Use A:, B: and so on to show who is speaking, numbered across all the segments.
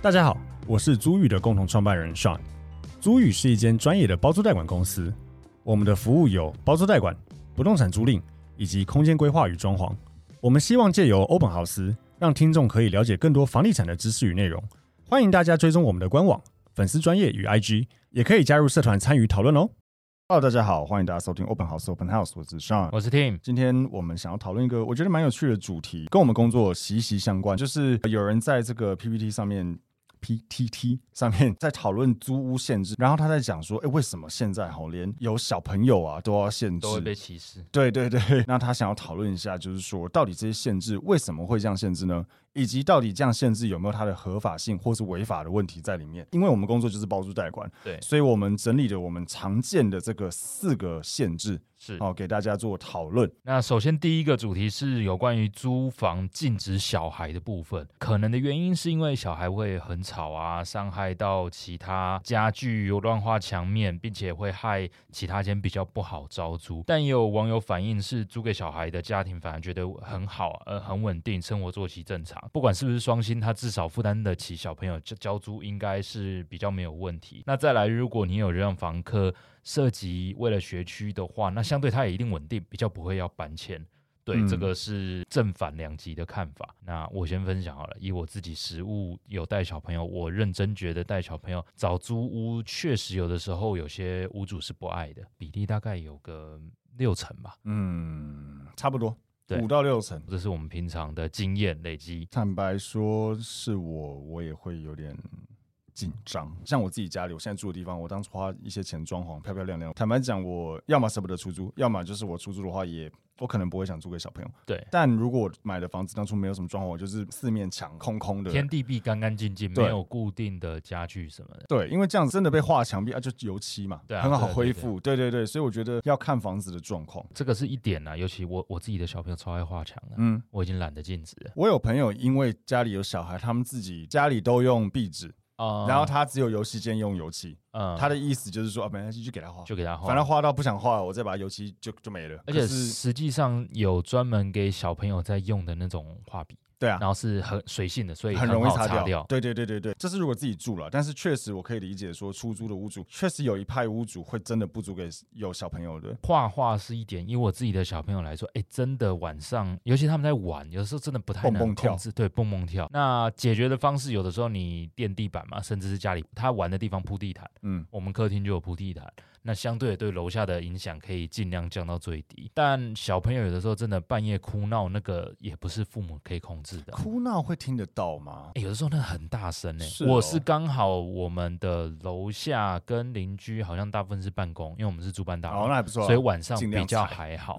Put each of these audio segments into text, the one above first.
A: 大家好，我是租宇的共同创办人 Sean。租宇是一间专业的包租代管公司，我们的服务有包租代管、不动产租赁以及空间规划与装潢。我们希望借由欧本豪斯，让听众可以了解更多房地产的知识与内容。欢迎大家追踪我们的官网、粉丝专业与 IG，也可以加入社团参与讨论哦。Hello，大家好，欢迎大家收听 Open House Open House，我是 Sean，
B: 我是 Tim，
A: 今天我们想要讨论一个我觉得蛮有趣的主题，跟我们工作息息相关。就是有人在这个 PPT 上面，PTT 上面在讨论租屋限制，然后他在讲说，哎，为什么现在吼连有小朋友啊都要限制
B: 都？会被歧视。
A: 对对 对，那他想要讨论一下，就是说到底这些限制为什么会这样限制呢？以及到底这样限制有没有它的合法性或是违法的问题在里面？因为我们工作就是包租代管，
B: 对
A: 所以我们整理了我们常见的这个四个限制，
B: 是。
A: 好、给大家做讨论。
B: 那首先第一个主题是有关于租房禁止小孩的部分，可能的原因是因为小孩会很吵啊，伤害到其他家具，乱画墙面，并且会害其他间比较不好招租。但也有网友反映是租给小孩的家庭反而觉得很好，呃，很稳定，生活作息正常，不管是不是双薪，他至少负担得起小朋友交交租，应该是比较没有问题。那再来，如果你有让房客涉及为了学区的话，那相对它也一定稳定，比较不会要搬迁。对，
A: 嗯
B: 这个是正反两极的看法。那我先分享好了，以我自己实物有带小朋友，我认真觉得带小朋友找租屋，确实有的时候有些屋主是不爱的，比例大概有个六成吧。
A: 嗯，差不多
B: 对
A: 五到六成。
B: 这是我们平常的经验累积。
A: 坦白说，是我我也会有点紧张。像我自己家里，我现在住的地方，我当初花一些钱装潢，漂漂亮亮。坦白讲，我要么舍不得出租，要么就是我出租的话也。我可能不会想租给小朋友，
B: 对，
A: 但如果我买的房子当初没有什么装潢，我就是四面墙空空的，
B: 天地壁干干净净，没
A: 对
B: 有固定的家具什么的。
A: 对，因为这样真的被画墙壁啊，就油漆嘛，
B: 对啊
A: 很好
B: 对对
A: 恢复，对对对，所以我觉得要看房子的状况。
B: 这个是一点啊，尤其我我自己的小朋友超爱画墙的，
A: 嗯，
B: 我已经懒得禁止了。
A: 我有朋友因为家里有小孩，他们自己家里都用壁纸，
B: 啊
A: 然后他只有油漆间用油漆，
B: 嗯
A: 他的意思就是说啊，没关系，就给他画，
B: 就给他画，
A: 反正画到不想画了，我再把油漆就就没了。
B: 而且
A: 可是
B: 实际上有专门给小朋友在用的那种画笔，
A: 对啊
B: 然，后是很随性的，所以
A: 容易
B: 好
A: 掉。
B: 擦
A: 对对对对对，这是如果自己住了，但是确实我可以理解说，出租的屋主确实有一派屋主会真的不租给有小朋友的。
B: 画画是一点，以我自己的小朋友来说，哎，真的晚上，尤其他们在玩，有时候真的不太
A: 蹦
B: 能
A: 蹦跳
B: 控制，对，蹦蹦跳。那解决的方式，有的时候你垫地板嘛，甚至是家里他玩的地方铺地毯，
A: 嗯，
B: 我们客厅就有铺地毯，那相对对楼下的影响可以尽量降到最低。但小朋友有的时候真的半夜哭闹，那个也不是父母可以控制的。
A: 哭闹会听得到吗？
B: 欸有的时候那个很大声呢、
A: 是哦
B: 我是刚好我们的楼下跟邻居好像大部分是办公，因为我们是住办大
A: 哦，
B: 楼，
A: 那还不错啊，
B: 所以晚上
A: 尽量
B: 比较
A: 踩
B: 还 好。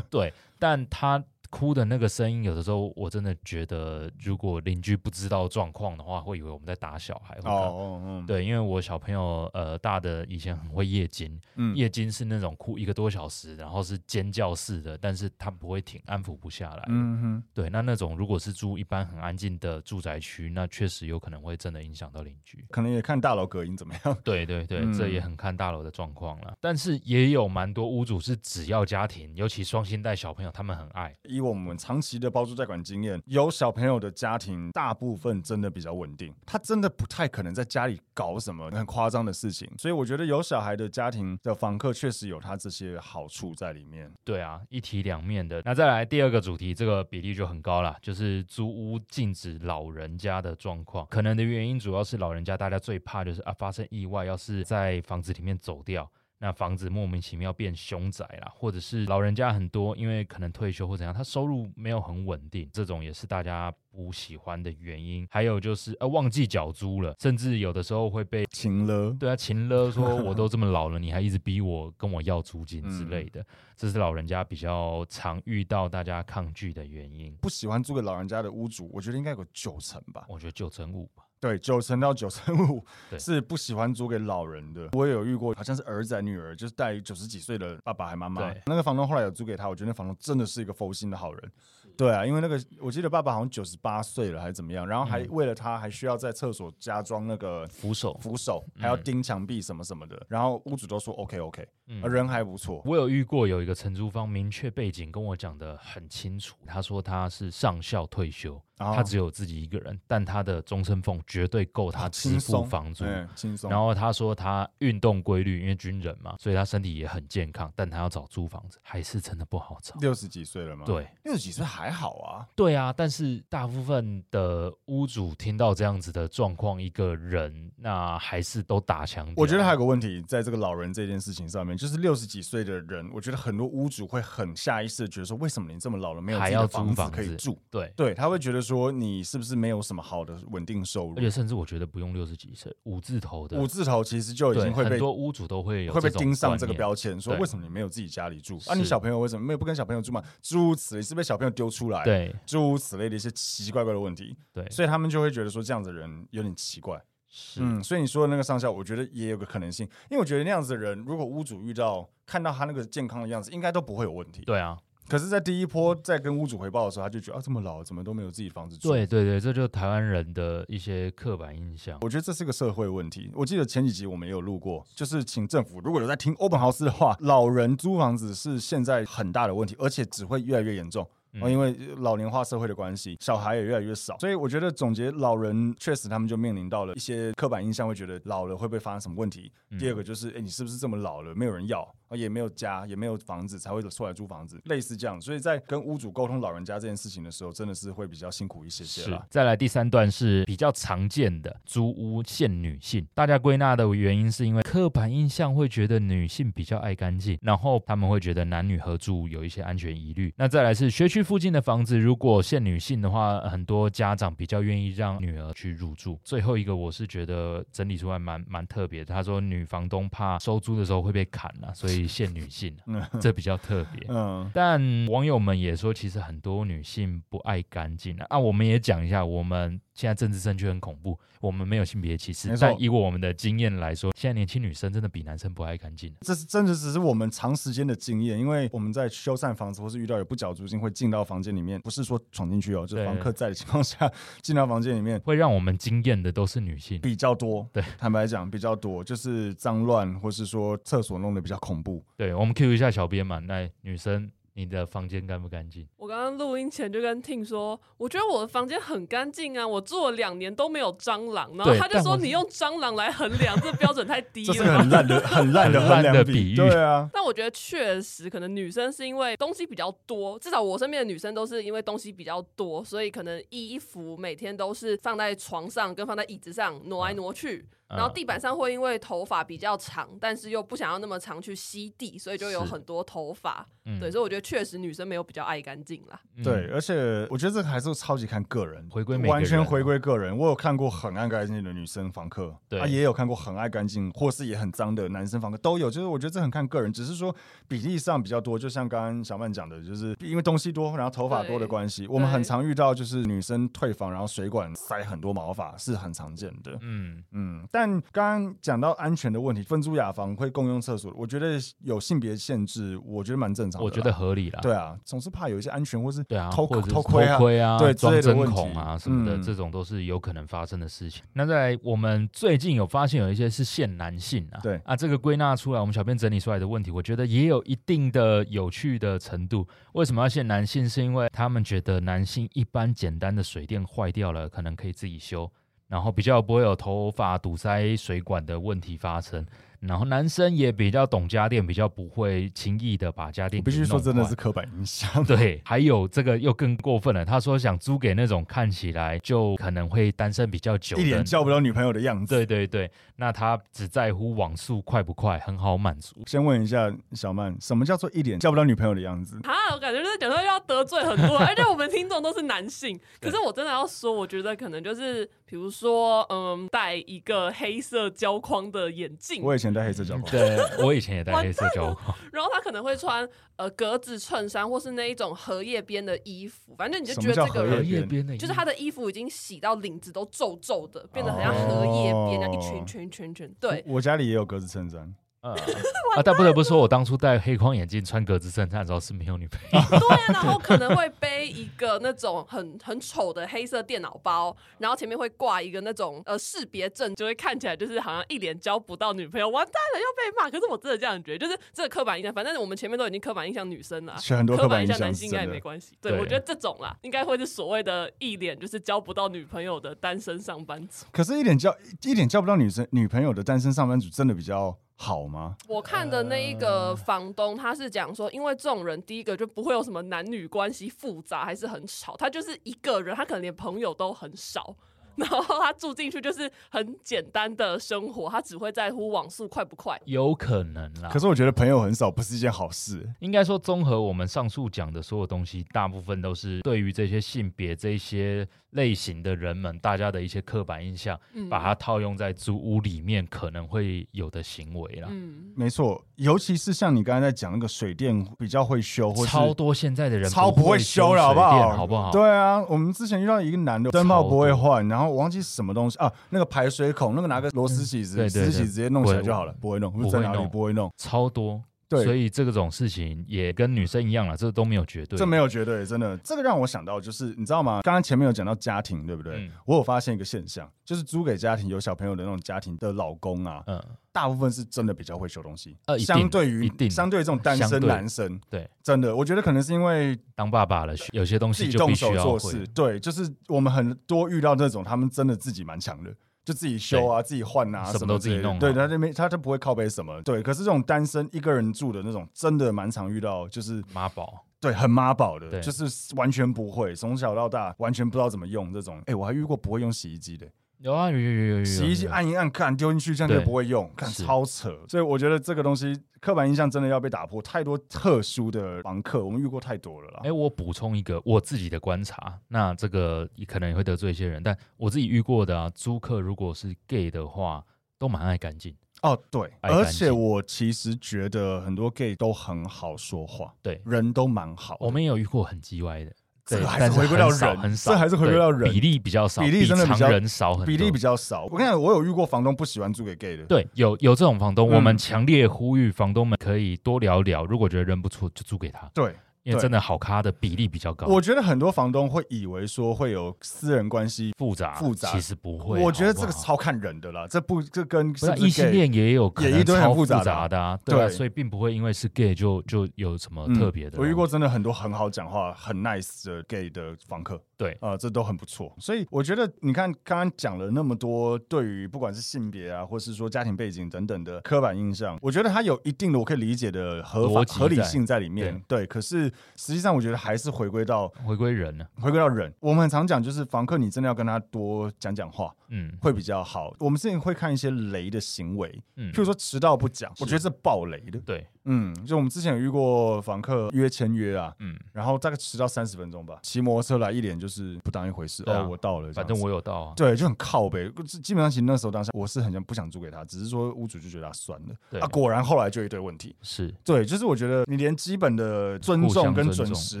B: 对，但他哭的那个声音，有的时候我真的觉得，如果邻居不知道状况的话，会以为我们在打小孩。
A: 哦
B: 哦，
A: 哦嗯，
B: 对，因为我小朋友呃大的以前很会夜惊，
A: 嗯
B: 夜惊是那种哭一个多小时，然后是尖叫式的，但是他不会停，安抚不下来。
A: 嗯哼。
B: 对，那那种如果是住一般很安静的住宅区，那确实有可能会真的影响到邻居。
A: 可能也看大楼隔音怎么样。
B: 对对对，
A: 嗯
B: 这也很看大楼的状况了。但是也有蛮多屋主是只要家庭，尤其双薪带小朋友，他们很爱。
A: 以我们长期的包租代管经验，有小朋友的家庭，大部分真的比较稳定，他真的不太可能在家里搞什么很夸张的事情。所以我觉得有小孩的家庭的房客确实有他这些好处在里面。
B: 对啊，一体两面的。那再来第二个主题，这个比例就很高啦，就是租屋禁止老人家的状况。可能的原因主要是老人家大家最怕就是啊发生意外，要是在房子里面走掉。那房子莫名其妙变凶宅啦，或者是老人家很多，因为可能退休或怎样，他收入没有很稳定，这种也是大家不喜欢的原因。还有就是呃忘记缴租了，甚至有的时候会被
A: 晴了，
B: 对啊，秦乐说 我都这么老了，你还一直逼我跟我要租金之
A: 嗯
B: 类的，这是老人家比较常遇到大家抗拒的原因。
A: 不喜欢租给老人家的屋主，我觉得应该有个九成吧，
B: 我觉得九成五吧，
A: 对，九成到九成五
B: 对
A: 是不喜欢租给老人的。我也有遇过，好像是儿子还女儿，就是带九十几岁的爸爸还妈妈
B: 对，
A: 那个房东后来有租给他，我觉得那房东真的是一个佛心的好人。对啊，因为那个我记得爸爸好像九十八岁了还是怎么样，然后
B: 嗯
A: 还为了他还需要在厕所加装那个
B: 扶手
A: 扶手，还要钉墙壁什么什么的，然后屋主都说 OK OK。
B: 嗯
A: 呃人还不错。
B: 我有遇过有一个承租方明确背景跟我讲的很清楚，他说他是上校退休，
A: 然后
B: 他只有自己一个人，但他的终身俸绝对够他
A: 啊
B: 支
A: 轻
B: 付
A: 松
B: 房租。
A: 嗯轻松，
B: 然后他说他运动规律，因为军人嘛，所以他身体也很健康，但他要找租房子还是真的不好找。
A: 六十几岁了吗？，
B: 对
A: 六十几岁还好啊。
B: 对啊，但是大部分的屋主听到这样子的状况，一个人那还是都打枪。
A: 我觉得还有个问题，在这个老人这件事情上面，就是六十几岁的人，我觉得很多屋主会很下意识的觉得说，为什么你这么老了没有自
B: 还
A: 己
B: 要
A: 的
B: 租
A: 子
B: 房
A: 可以
B: 子
A: 住？
B: 对，
A: 对，他会觉得说你是不是没有什么好的稳定收
B: 而
A: 入
B: 且？甚至我觉得不用六十几岁，五字头的
A: 五字头其实就已
B: 对，
A: 经会
B: 很
A: 被
B: 多屋主都会有
A: 会被
B: 种
A: 盯上
B: 观
A: 这个
B: 念
A: 标签，说
B: 对
A: 为什么你没有自己家里住？啊，你
B: 是
A: 小朋友为什么没有不跟小朋友住嘛？诸如此类，是被小朋友丢出来，，
B: 对
A: 诸如此类的一些奇奇怪怪的问题，
B: 对
A: 所以他们就会觉得说这样子的人有点奇怪。
B: 是
A: 嗯，所以你说的那个上校，我觉得也有个可能性，因为我觉得那样子的人，如果屋主遇到看到他那个健康的样子，应该都不会有问题。
B: 对啊，
A: 可是，在第一波在跟屋主回报的时候，他就觉得啊，这么老，怎么都没有自己房子住？
B: 对，对对，这就是台湾人的一些刻板印象。
A: 我觉得这是个社会问题。我记得前几集我们也有录过，就是请政府如果有在听欧本豪斯的话，老人租房子是现在很大的问题，而且只会越来越严重。哦，
B: 嗯
A: 因为老年化社会的关系，小孩也越来越少，所以我觉得总结老人确实他们就面临到了一些刻板印象，会觉得老了会不会发生什么问题。第二个就是，哎，你是不是这么老了，没有人要，啊也没有家，也没有房子，才会出来租房子，类似这样。所以在跟屋主沟通老人家这件事情的时候，真的是会比较辛苦一些些
B: 是
A: 啦。，
B: 再来第三段是比较常见的租屋限女性，大家归纳的原因是因为刻板印象会觉得女性比较爱干净，然后他们会觉得男女合住有一些安全疑虑。那再来是学区附近的房子，如果限女性的话，很多家长比较愿意让女儿去入住。最后一个我是觉得整理出来蛮蛮特别的，他说女房东怕收租的时候会被砍啊，所以限女性啊、这比较特别。
A: 嗯，
B: 但网友们也说，其实很多女性不爱干净啊。啊，我们也讲一下，我们现在政治正确很恐怖，我们没有性别歧视
A: 没，错
B: 但以我们的经验来说，现在年轻女生真的比男生不爱干净。
A: 这是真的只是我们长时间的经验，因为我们在修缮房子或是遇到有不缴租金会进到房间里面，不是说闯进去哦，就是
B: 对
A: 房客在的情况下进到房间里面。
B: 会让我们惊艳的都是女性，
A: 比较多，
B: 对，
A: 坦白讲比较多，就是脏乱，或是说厕所弄得比较恐怖。
B: 对我们 Q 一下小编嘛，那女生你的房间干不干净？
C: 我刚刚录音前就跟 Tim 说，我觉得我的房间很干净啊，我住了两年都没有蟑螂。然后
B: 对
C: 他就
B: 但
C: 说
B: 我
C: 你用蟑螂来衡量，这标准太低
A: 这是个
C: 了
A: 很。烂的、很烂的
B: 很烂
A: 衡
B: 的
A: 量
B: 比喻
A: 对啊，
C: 但我觉得确实，可能女生是因为东西比较多，至少我身边的女生都是因为东西比较多，所以可能衣服每天都是放在床上跟放在椅子上挪来挪去，
B: 嗯
C: 然后地板上会因为头发比较长，但是又不想要那么长去吸地，所以就有
B: 是
C: 很多头发。
B: 嗯
C: 对，所以我觉得确实女生没有比较爱干净啦。
B: 嗯
A: 对，而且我觉得这个还是超级看个人，
B: 回归每个人啊
A: 完全回归个人。我有看过很爱干净的女生房客，
B: 对
A: 啊，也有看过很爱干净或是也很脏的男生房客，都有。就是我觉得这很看个人，只是说比例上比较多。就像刚刚小曼讲的，就是因为东西多，然后头发多的关系，我们很常遇到就是女生退房，然后水管塞很多毛发，是很常见的。
B: 嗯，
A: 嗯，但刚刚讲到安全的问题，分租雅房会共用厕所，我觉得有性别限制，我觉得蛮正常的啦。
B: 我觉得合理啦。
A: 对啊，总是怕有一些安全或是
B: 对啊，
A: 偷
B: 或者是
A: 偷窥啊
B: 偷窥啊，
A: 对之
B: 装
A: 类的
B: 针
A: 问题
B: 孔啊什么的，
A: 嗯
B: 这种都是有可能发生的事情。那在我们最近有发现有一些是限男性啊，
A: 对
B: 啊，这个归纳出来，我们小编整理出来的问题，我觉得也有一定的有趣的程度。为什么要限男性？是因为他们觉得男性一般简单的水电坏掉了，可能可以自己修。然后比较不会有头发堵塞水管的问题发生，然后男生也比较懂家电，比较不会轻易的把家电
A: 我必须
B: 给
A: 说，
B: 弄
A: 真的
B: 坏
A: 是刻板印 象。
B: 对，还有这个又更过分了，他说想租给那种看起来就可能会单身比较久
A: 一脸
B: 的。
A: 交不了女朋友的样子。
B: 对，对对，那他只在乎网速快不快，很好满 足。
A: 先问一下小曼，什么叫做一脸交不了女朋友的样子？
C: 啊，我感觉就是讲说要得罪很多人，而且我们听众都是 男性。可是我真的要说，我觉得可能就是，比如说，嗯，戴一个黑色胶框的眼镜，
A: 我以前戴黑色脚框，
B: 嗯对，我以前也戴 黑色胶
C: 完
B: 框，
C: 然后他可能会穿呃格子衬衫，或是那一种荷叶边的衣服，反正你就觉得
A: 什么
C: 这
A: 叫
C: 个
A: 荷叶边
C: 人
B: 边的
C: 就是他
B: 的
C: 的衣服已经洗到领子都皱皱的，变得很像荷叶边，那一
A: 哦
C: 圈圈圈圈。对，
A: 我家里也有格子衬衫，
B: 嗯啊，但不得不说，我当初戴黑框眼镜、穿格子衬衫的时候是没有女朋 友。
C: 对啊，然后可能会背一个那种很很丑的黑色电脑包，然后前面会挂一个那种呃识别证，就会看起来就是好像一脸交不到女朋友，完蛋了要被骂。可是我真的这样觉得，就是这个刻板印象，反正我们前面都已经刻板印象女生了啊
A: 其。实很多
C: 刻
A: 刻
C: 板
A: 板
C: 印
A: 印
C: 象
A: 象
C: 男
A: 是
C: 性应该也
A: 真
C: 没
A: 的。
C: 关系，对
B: 对
C: 我觉得这种啦，应该会是所谓的一脸就是交不到女朋友的单身上班族。
A: 可是，一点交一点交不到女生女朋友的单身上班族，真的比较好吗？
C: 我看的那一个房东，他是讲说，因为这种人，第一个就不会有什么男女关系复杂，还是很吵，他就是一个人，他可能连朋友都很少。 然后他住进去就是很简单的生活，他只会在乎网速快不快。
B: 有可能啦
A: 可，是我觉得朋友很少不是一件好事。
B: 应该说综合我们上述讲的所有东西，大部分都是对于这些性别、这些类型的人们，大家的一些刻板印象，
C: 嗯
B: 把它套用在租屋里面可能会有的行为啦。
C: 嗯，
A: 没错，尤其是像你刚才在讲那个水电比较会修，或是
B: 超多现在的人
A: 超不会修了，好
B: 不
A: 不
B: 会水电
A: 好？
B: 好不好？
A: 对啊，我们之前遇到一个男的，灯泡不会换，然后我忘记什么东西啊，那个排水孔，那个拿个螺丝起
B: 嗯对
A: 子，
B: 对
A: 丝起
B: 对
A: 直接弄起来就好了，不会弄，不是在哪
B: 不会
A: 里
B: 弄
A: 不会弄，
B: 超多。
A: 对
B: 所以这种事情也跟女生一样了，这都没有绝对。
A: 这没有绝对，真的。这个让我想到就是，你知道吗？刚刚前面有讲到家庭，对不对
B: 嗯？
A: 我有发现一个现象，就是租给家庭有小朋友的那种家庭的老公啊，
B: 嗯，
A: 大部分是真的比较会修东西
B: 呃，一定
A: 相对
B: 一
A: 于
B: 定
A: 相对于这种单
B: 相
A: 身
B: 对
A: 男生，
B: 对，
A: 真的，我觉得可能是因为
B: 当爸爸了，有些东
A: 自
B: 西
A: 己
B: 就
A: 动
B: 必须
A: 手
B: 要
A: 做
B: 会
A: 事。。对，就是我们很多遇到这种，他们真的自己蛮强的，就自己修啊，自己换啊，
B: 什
A: 什
B: 么都
A: 之类
B: 自己弄
A: 的对，
B: 啊
A: 他那边他就不会靠背什么。对，可是这种单身一个人住的那种，真的蛮常遇到，就是
B: 妈宝，
A: 对很妈宝的，
B: 对
A: 就是完全不会，从小到大完全不知道怎么用这种。哎，我还遇过不会用洗衣机的，
B: 有啊有有有有有
A: 洗衣机
B: 有
A: 按一按，看丢进去，这样就
B: 对
A: 不会用，看
B: 是
A: 超扯。所以我觉得这个东西刻板印象真的要被打破，太多特殊的房客，我们遇过太多了啦
B: 哎、。我补充一个我自己的观察，那这个也可能也会得罪一些人，但我自己遇过的啊，租客如果是 gay 的话，都蛮爱干净。
A: 哦，对，
B: 爱干
A: 而且
B: 净
A: 我其实觉得很多 gay 都很好说话，
B: 对，
A: 人都蛮好的。
B: 我们也有遇过很叽歪的，
A: 这
B: 对，
A: 个还
B: 但
A: 是回归到
B: 很少
A: 人
B: 很少，
A: 这还是回归
B: 对
A: 到人
B: 比例比较少，
A: 比例真的比
B: 常
A: 较
B: 人少很多，
A: 比例比较少。我跟你讲，我有遇过房东不喜欢租给 gay 的，
B: 对，有有这种房东，
A: 嗯
B: 我们强烈呼吁房东们可以多聊聊，如果觉得人不错就租给他，
A: 对，
B: 因为
A: 对
B: 真的好咖的比例比较高，
A: 我觉得很多房东会以为说会有私人关系，
B: 复杂
A: 复杂
B: 其实不会，
A: 我觉得这个
B: 好不好
A: 超看人的啦，这不这跟
B: 不
A: 是
B: 是啊
A: 不
B: 异
A: 是
B: 性
A: gay
B: 恋也有可
A: 也一
B: 能
A: 堆很
B: 超
A: 复
B: 复
A: 杂的
B: 杂的啊，对啊，
A: 对
B: 所以并不会因为是 gay 就就有什么
A: 嗯
B: 特别的。哦
A: 我遇过真的很多很好讲话、很 nice 的 gay 的房客，
B: 对
A: 啊、这都很不错。所以我觉得，你看刚刚讲了那么多，对于不管是性别啊，或是说家庭背景等等的刻板印象，我觉得它有一定的我可以理解的合法
B: 逻辑在
A: 合理性在里面。对，可是实际上我觉得还是回归到
B: 回归人呢，
A: 回归到人。我们很常讲，就是房客你真的要跟他多讲讲话
B: 嗯
A: 会比较好。我们之前会看一些雷的行为，
B: 嗯
A: 譬，如说迟到不讲，我觉得这爆雷的。
B: 对，
A: 嗯，就我们之前有遇过房客约签约啊，
B: 嗯，
A: 然后大概迟到三十分钟吧，骑摩托车来，一脸就是不当一回事。
B: 对啊
A: 哦，我到了，这样子
B: 反正我有到啊，
A: 对就很靠北。基本上其实那时候当下我是很想不想租给他，只是说屋主就觉得他酸了。
B: 对
A: 啊，果然后来就一堆问题。
B: 是
A: 对，就是我觉得你连基本的尊
B: 互
A: 重
B: 相
A: 跟
B: 尊
A: 准
B: 重
A: 时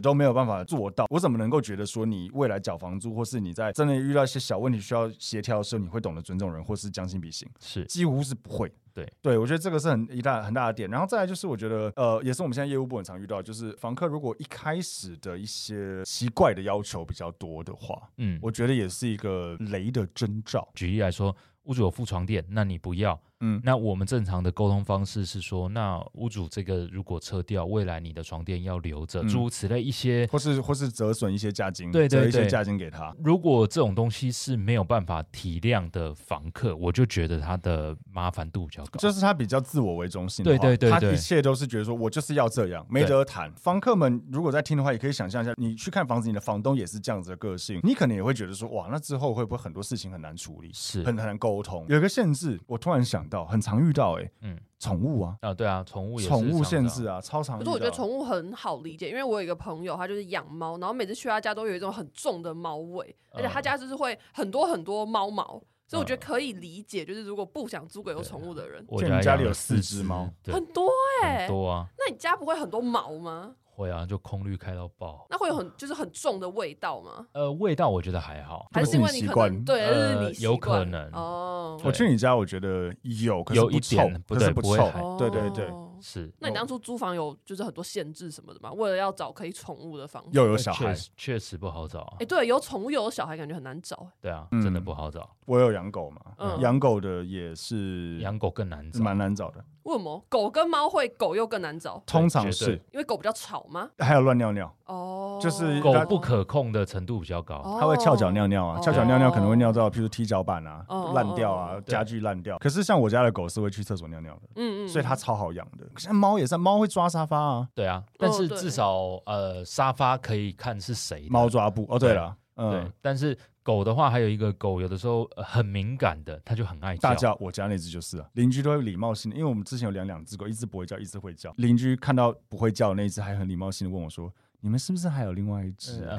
A: 都没有办法做到，我怎么能够觉得说你未来缴房租，或是你在真的遇到一些小问题需要协调的时候，你会懂得尊重人，或是将心比心？
B: 是，
A: 几乎是不会。
B: 对
A: 对，我觉得这个是很一大很大的点。然后再来就是，我觉得呃，也是我们现在业务部很常遇到，就是房客如果一开始的一些奇怪的要求比较多的话，
B: 嗯，
A: 我觉得也是一个雷的征兆。
B: 举例来说，屋主有附床垫，那你不要，
A: 嗯
B: 那我们正常的沟通方式是说，那屋主这个如果撤掉，未来你的床垫要留着，
A: 嗯
B: 诸如此类一些。
A: 或是或是折损一些价金，
B: 对对
A: 折一些
B: 对
A: 价金给他。
B: 如果这种东西是没有办法体谅的房客，我就觉得他的麻烦度比较高。
A: 就是他比较自我为中心的话，
B: 对对对
A: 他
B: 对
A: 一切都是觉得说我就是要这样，没得谈。房客们如果在听的话，也可以想象一下，你去看房子，你的房东也是这样子的个性，你可能也会觉得说，哇，那之后会不会很多事情很难处理？
B: 是
A: 很很难沟通。有一个限制，我突然想到，很常遇到、欸，哎，
B: 嗯
A: 宠物啊，
B: 啊，对啊，宠物也是
A: 宠物
B: 常常
A: 限制啊，超常遇
C: 可
A: 到。
C: 是我觉得宠物很好理解，因为我有一个朋友，他就是养猫，然后每次去他家都有一种很重的猫味，而且他家就是会很多很多猫毛，所以我觉得可以理解，就是如果不想租给有宠物的人，
B: 我
A: 就你家
B: 养
A: 里有
B: 了
A: 四
B: 四嗯
C: 哦
A: 只猫，
B: 对，
C: 啊很多哎、
B: 很多啊，
C: 那你家不会很多毛吗？
B: 会啊，就空滤开到爆。
C: 那会有很就是很重的味道吗？
B: 呃，味道我觉得还好，
C: 还是因为你
A: 习
C: 可能
A: 惯
C: 对，
B: 呃
C: 就是你习
B: 有可
C: 惯
B: 能
C: 哦
B: 对
A: 我去你家，我觉得有，可是
B: 有
A: 不
B: 一
A: 臭
B: 点不
A: 可是
B: 对
A: 不
B: 不会
A: 臭
B: 还
C: 哦。
A: 对对对，
B: 是
C: 那你当初租房有就是很多限制什么的吗？为了要找可以宠物的房子，
A: 又有小孩
B: 确，实确实不好找啊
C: 哎、，对，有宠物又有小孩，感觉很难找、欸
B: 对啊，
A: 嗯
B: 真的不好找，
A: 我有养狗嘛
C: 嗯，
A: 养狗的也是
B: 养狗更难找，
A: 蛮难找的，
C: 为什么？狗跟猫会，狗又更难找，
A: 通常
B: 绝对
A: 是
C: 因为狗比较吵吗？
A: 还有乱尿尿，
C: 哦，
A: 就是
B: 狗不可控的程度比较高。
C: 哦，
A: 它会翘脚尿尿啊，
C: 哦
A: 翘脚尿尿可能会尿到，譬如踢脚板啊
C: 哦哦哦，
A: 烂掉啊
C: 哦，
A: 家具烂掉。可是像我家的狗是会去厕所尿尿的，
C: 嗯，嗯嗯，
A: 所以它超好养的。可是猫也是，猫会抓沙发啊，
B: 对啊，但是
C: 哦对
B: 至少呃，沙发可以看是谁的
A: 猫抓布。哦，对了，
B: 对
A: 嗯，，
B: 但是狗的话，还有一个狗有的时候呃很敏感的，它就很爱
A: 大叫，我家那只就是啊，邻居都会礼貌性的，因为我们之前有养两只狗，一只不会叫，一只会叫。邻居看到不会叫的那一只，还很礼貌性的问我说：“你们是不是还有另外一只啊？”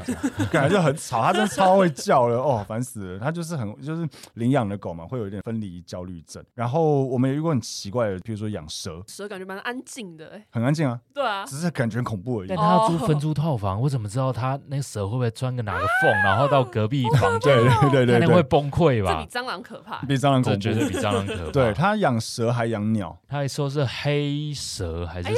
A: 感觉就很吵，它真的超会叫了，哦，烦死了。它就是很就是领养的狗嘛，会有一点分离焦虑症。然后我们也遇过很奇怪的，比如说养蛇，
C: 蛇感觉蛮安静的、哎，
A: 很安静啊，
C: 对啊，
A: 只是感觉很恐怖而已
B: 但。他要
C: 哦
B: 租分租套房，我怎么知道他那蛇会不会钻个哪个缝，然后到隔 壁房
A: 对？
B: 间
A: 对对
B: 他
A: 对
B: 那会
A: 对，
B: 崩溃
C: 这比
B: 吧？
C: 蟑螂可怕、
A: 比蟑螂恐
B: 这绝对
A: 怖。
B: 比蟑螂可怕。
A: 对，他养蛇还养鸟，
B: 他还说是黑蛇还是什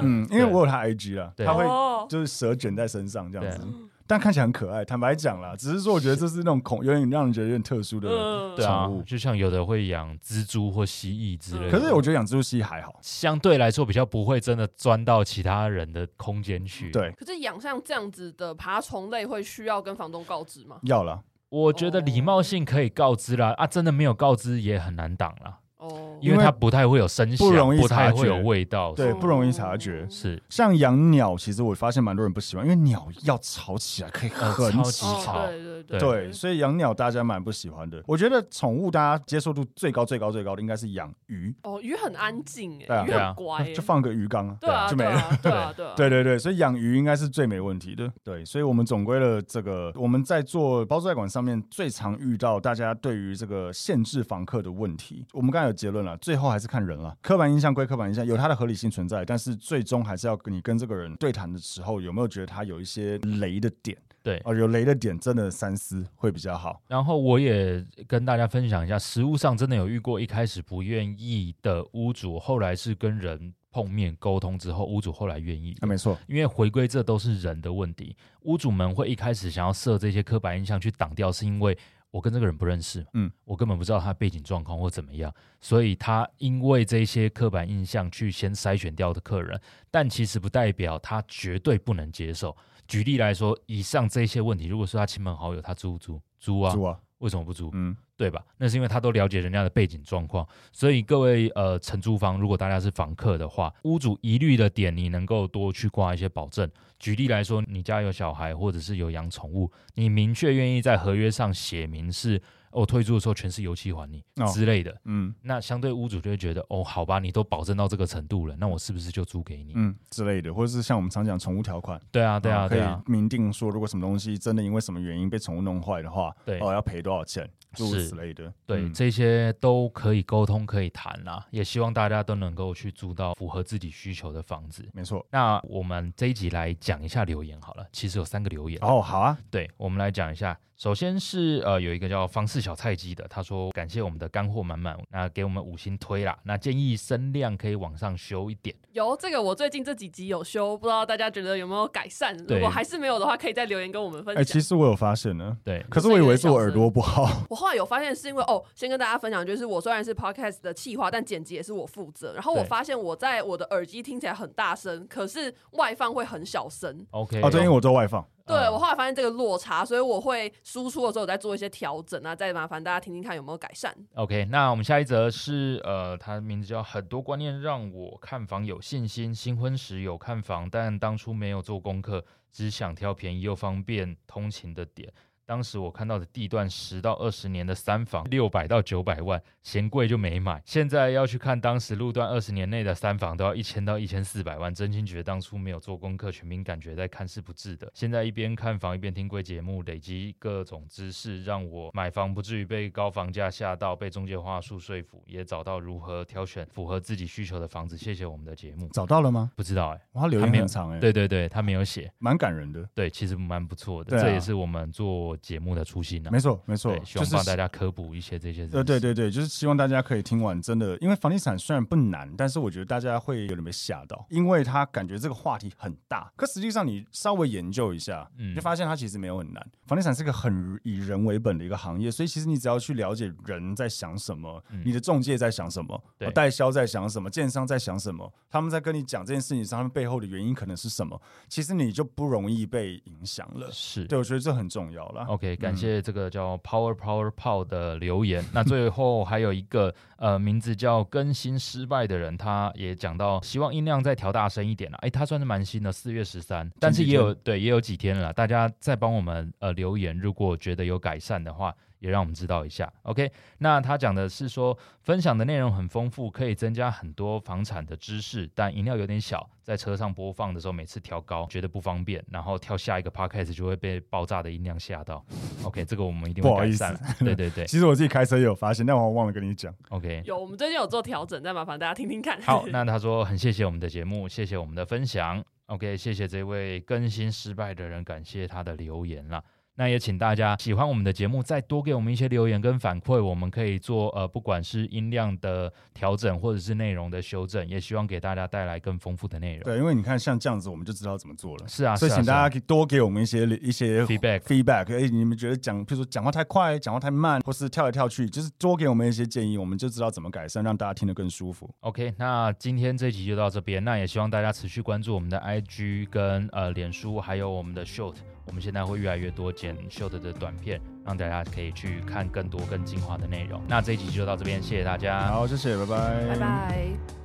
B: 么？
A: 嗯，因为我有他 IG 啦，
B: 对
A: 他会
C: 哦，
A: 就是蛇卷在身上这样子
B: 对，啊
A: 但看起来很可爱。坦白讲啦，只是说我觉得这是那种恐，有点让人觉得有点特殊的。
C: 嗯，
B: 对啊
A: 宠物，
B: 就像有的会养蜘蛛或蜥蜴之类的。
A: 可是我觉得养蜘蛛蜥还好，
B: 相对来说比较不会真的钻到其他人的空间去。
A: 对，
C: 可是养像这样子的爬虫类，会需要跟房东告知吗？
A: 要啦，
B: 我觉得礼貌性可以告知啦，啊，真的没有告知也很难挡啦，
C: 哦，
B: 因为它不太会有声响，
A: 不容易
B: 不太
A: 察觉
B: 会有味道。
A: 对，
C: 哦
A: 不容易察觉。
B: 是
A: 像养鸟，其实我发现蛮多人不喜欢，因为鸟要吵起来可以很
B: 呃超级
A: 吵。
C: 哦，
B: 草
C: 对对
A: 对，所以养鸟大家蛮不喜欢的。我觉得宠物大家接受度最高、最高、最高的应该是养鱼，
C: 哦，鱼很安静哎、
A: 对啊
C: 鱼
B: 对啊
C: 很乖、哎
A: 就放个鱼缸啊，
C: 对啊，
A: 就没了。
C: 对啊，对啊，啊，
A: 对对对，所以养鱼应该是最没问题的。对，所以我们总归了这个，我们在做包租代管上面最常遇到大家对于这个限制房客的问题。我们刚才有结论了，最后还是看人了。刻板印象归刻板印象，有它的合理性存在，但是最终还是要你跟这个人对谈的时候，有没有觉得他有一些雷的点？
B: 对
A: 哦、有雷的点真的三思会比较好。
B: 然后我也跟大家分享一下，实物上真的有遇过一开始不愿意的屋主，后来是跟人碰面沟通之后，屋主后来愿意
A: 啊，。没错，
B: 因为回归这都是人的问题，屋主们会一开始想要设这些刻板印象去挡掉，是因为我跟这个人不认识，
A: 嗯，
B: 我根本不知道他背景状况或怎么样，所以他因为这些刻板印象去先筛选掉的客人，但其实不代表他绝对不能接受。举例来说，以上这些问题，如果是他亲朋好友，他租不租？租啊，
A: 猪啊，
B: 为什么不租？
A: 嗯，
B: 对吧？那是因为他都了解人家的背景状况，所以各位呃承租方，如果大家是房客的话，屋主疑虑的点，你能够多去挂一些保证。举例来说，你家有小孩或者是有养宠物，你明确愿意在合约上写明是我、哦退租的时候全是油漆还你、
A: 哦
B: 之类的，
A: 嗯
B: 那相对屋主就会觉得哦，好吧，你都保证到这个程度了，那我是不是就租给你？
A: 嗯之类的，或者是像我们常讲宠物条款。
B: 对啊，对啊，
A: 呃可
B: 对啊，
A: 以明定说，如果什么东西真的因为什么原因被宠物弄坏的话，
B: 对
A: 哦，要赔多少钱，诸如
B: 是
A: 此类的。
B: 对，
A: 嗯
B: 这些都可以沟通，可以谈啦、也希望大家都能够去租到符合自己需求的房子。
A: 没错。
B: 那我们这一集来讲一下留言好了，其实有三个留言，
A: 哦，好啊，
B: 对，我们来讲一下。首先是呃，有一个叫方氏小菜鸡的，他说感谢我们的干货满满，那给我们五星推啦，那建议声量可以往上修一点。
C: 有这个，我最近这几集有修，不知道大家觉得有没有改善？
B: 对
C: 如果还是没有的话，可以再留言跟我们分
A: 哎、其
C: 享。
A: 实我有发现呢，
B: 对，
A: 可是我以为是我耳朵不好。
C: 我后来有发现是因为哦，先跟大家分享，就是我虽然是 podcast 的企划，但剪辑也是我负责。然后我
B: 对
C: 发现我在我的耳机听起来很大声，可是外放会很小声。
B: OK，
A: 哦，对，因为
B: 我
A: 我做外放，
C: 对
B: 嗯
C: 我后来发现这个落差，所以我会输出的时候我再做一些调整啊，再麻烦大家听听看有没有改善。
B: OK，那我们下一则是呃，他的名字叫很多观念让我看房有信心。新婚时有看房，但当初没有做功课，只想挑便宜又方便通勤的点。当时我看到的地段十到二十年的三房，六百到九百万，嫌贵就没买。现在要去看当时路段二十年内的三房，都要一千到一千四百万，真心觉得当初没有做功课，全凭感觉在看是不智的。现在一边看房一边听贵节目，累积各种知识，让我买房不至于被高房价吓到，被中介话术说服，也找到如何挑选符合自己需求的房子。谢谢我们的节目，
A: 找到了吗？
B: 不知道哎、
A: 哇，他留言很长哎、
B: 对对对，他没有写。
A: 蛮感人的。
B: 对，其实蛮不错的，
A: 对啊
B: 这也是我们做节目的初心啊。
A: 没错，没错，
B: 对，希望
A: 就是
B: 帮大家科普一些这些知识。
A: 呃，对对对，就是希望大家可以听完，真的，因为房地产虽然不难，但是我觉得大家会有点被吓到，因为他感觉这个话题很大，可实际上你稍微研究一下，
B: 嗯
A: 你就发现它其实没有很难。房地产是个很以人为本的一个行业，所以其实你只要去了解人在想什么，你的中介在想什么，
B: 嗯对
A: 代销在想什么，建商在想什么，他们在跟你讲这件事情上，他们背后的原因可能是什么，其实你就不容易被影响了。
B: 是。
A: 对，我嗯觉得这很重要啦。
B: OK，感谢这个叫 Power Power Power 的留言。那最后还有一个呃，名字叫更新失败的人，他也讲到希望音量再调大声一点了。哎，他算是蛮新的，四月十三，但是也有对也有几天了啦。大家再帮我们呃留言，如果觉得有改善的话，也让我们知道一下。OK，那他讲的是说分享的内容很丰富，可以增加很多房产的知识，但音量有点小，在车上播放的时候每次调高觉得不方便，然后跳下一个 podcast 就会被爆炸的音量吓到。OK，这个我们一定
A: 不
B: 会
A: 好
B: 改
A: 意思
B: 善。对对对
A: 其实我自己开车也有发现，但我忘了跟你讲。
B: ，OK。
C: 有，我们最近有做调整，再麻烦大家听 听看。
B: 好，那他说很谢谢我们的节目，谢谢我们的分享。OK，谢谢这位更新失败的人，感谢他的留言啦。那也请大家喜欢我们的节目，再多给我们一些留言跟反馈，我们可以做呃，不管是音量的调整或者是内容的修正，也希望给大家带来更丰富的内容。
A: 对，因为你看像这样子，我们就知道怎么做了。
B: 是啊，
A: 所以
B: 是啊
A: 请
B: 是啊
A: 大家多给我们一些一些
B: Feedback
A: feedback。哎，你们觉得讲，譬如说讲话太快、讲话太慢，或是跳来跳去，就是多给我们一些建议，我们就知道怎么改善，让大家听得更舒服。
B: OK，那今天这集就到这边，那也希望大家持续关注我们的 IG 跟呃脸书，还有我们的 Short，我们现在会越来越多剪 Short 的短片，让大家可以去看更多更精华的内容。那这一集就到这边，谢谢大家，
A: 好，谢谢，拜拜，
C: 拜拜。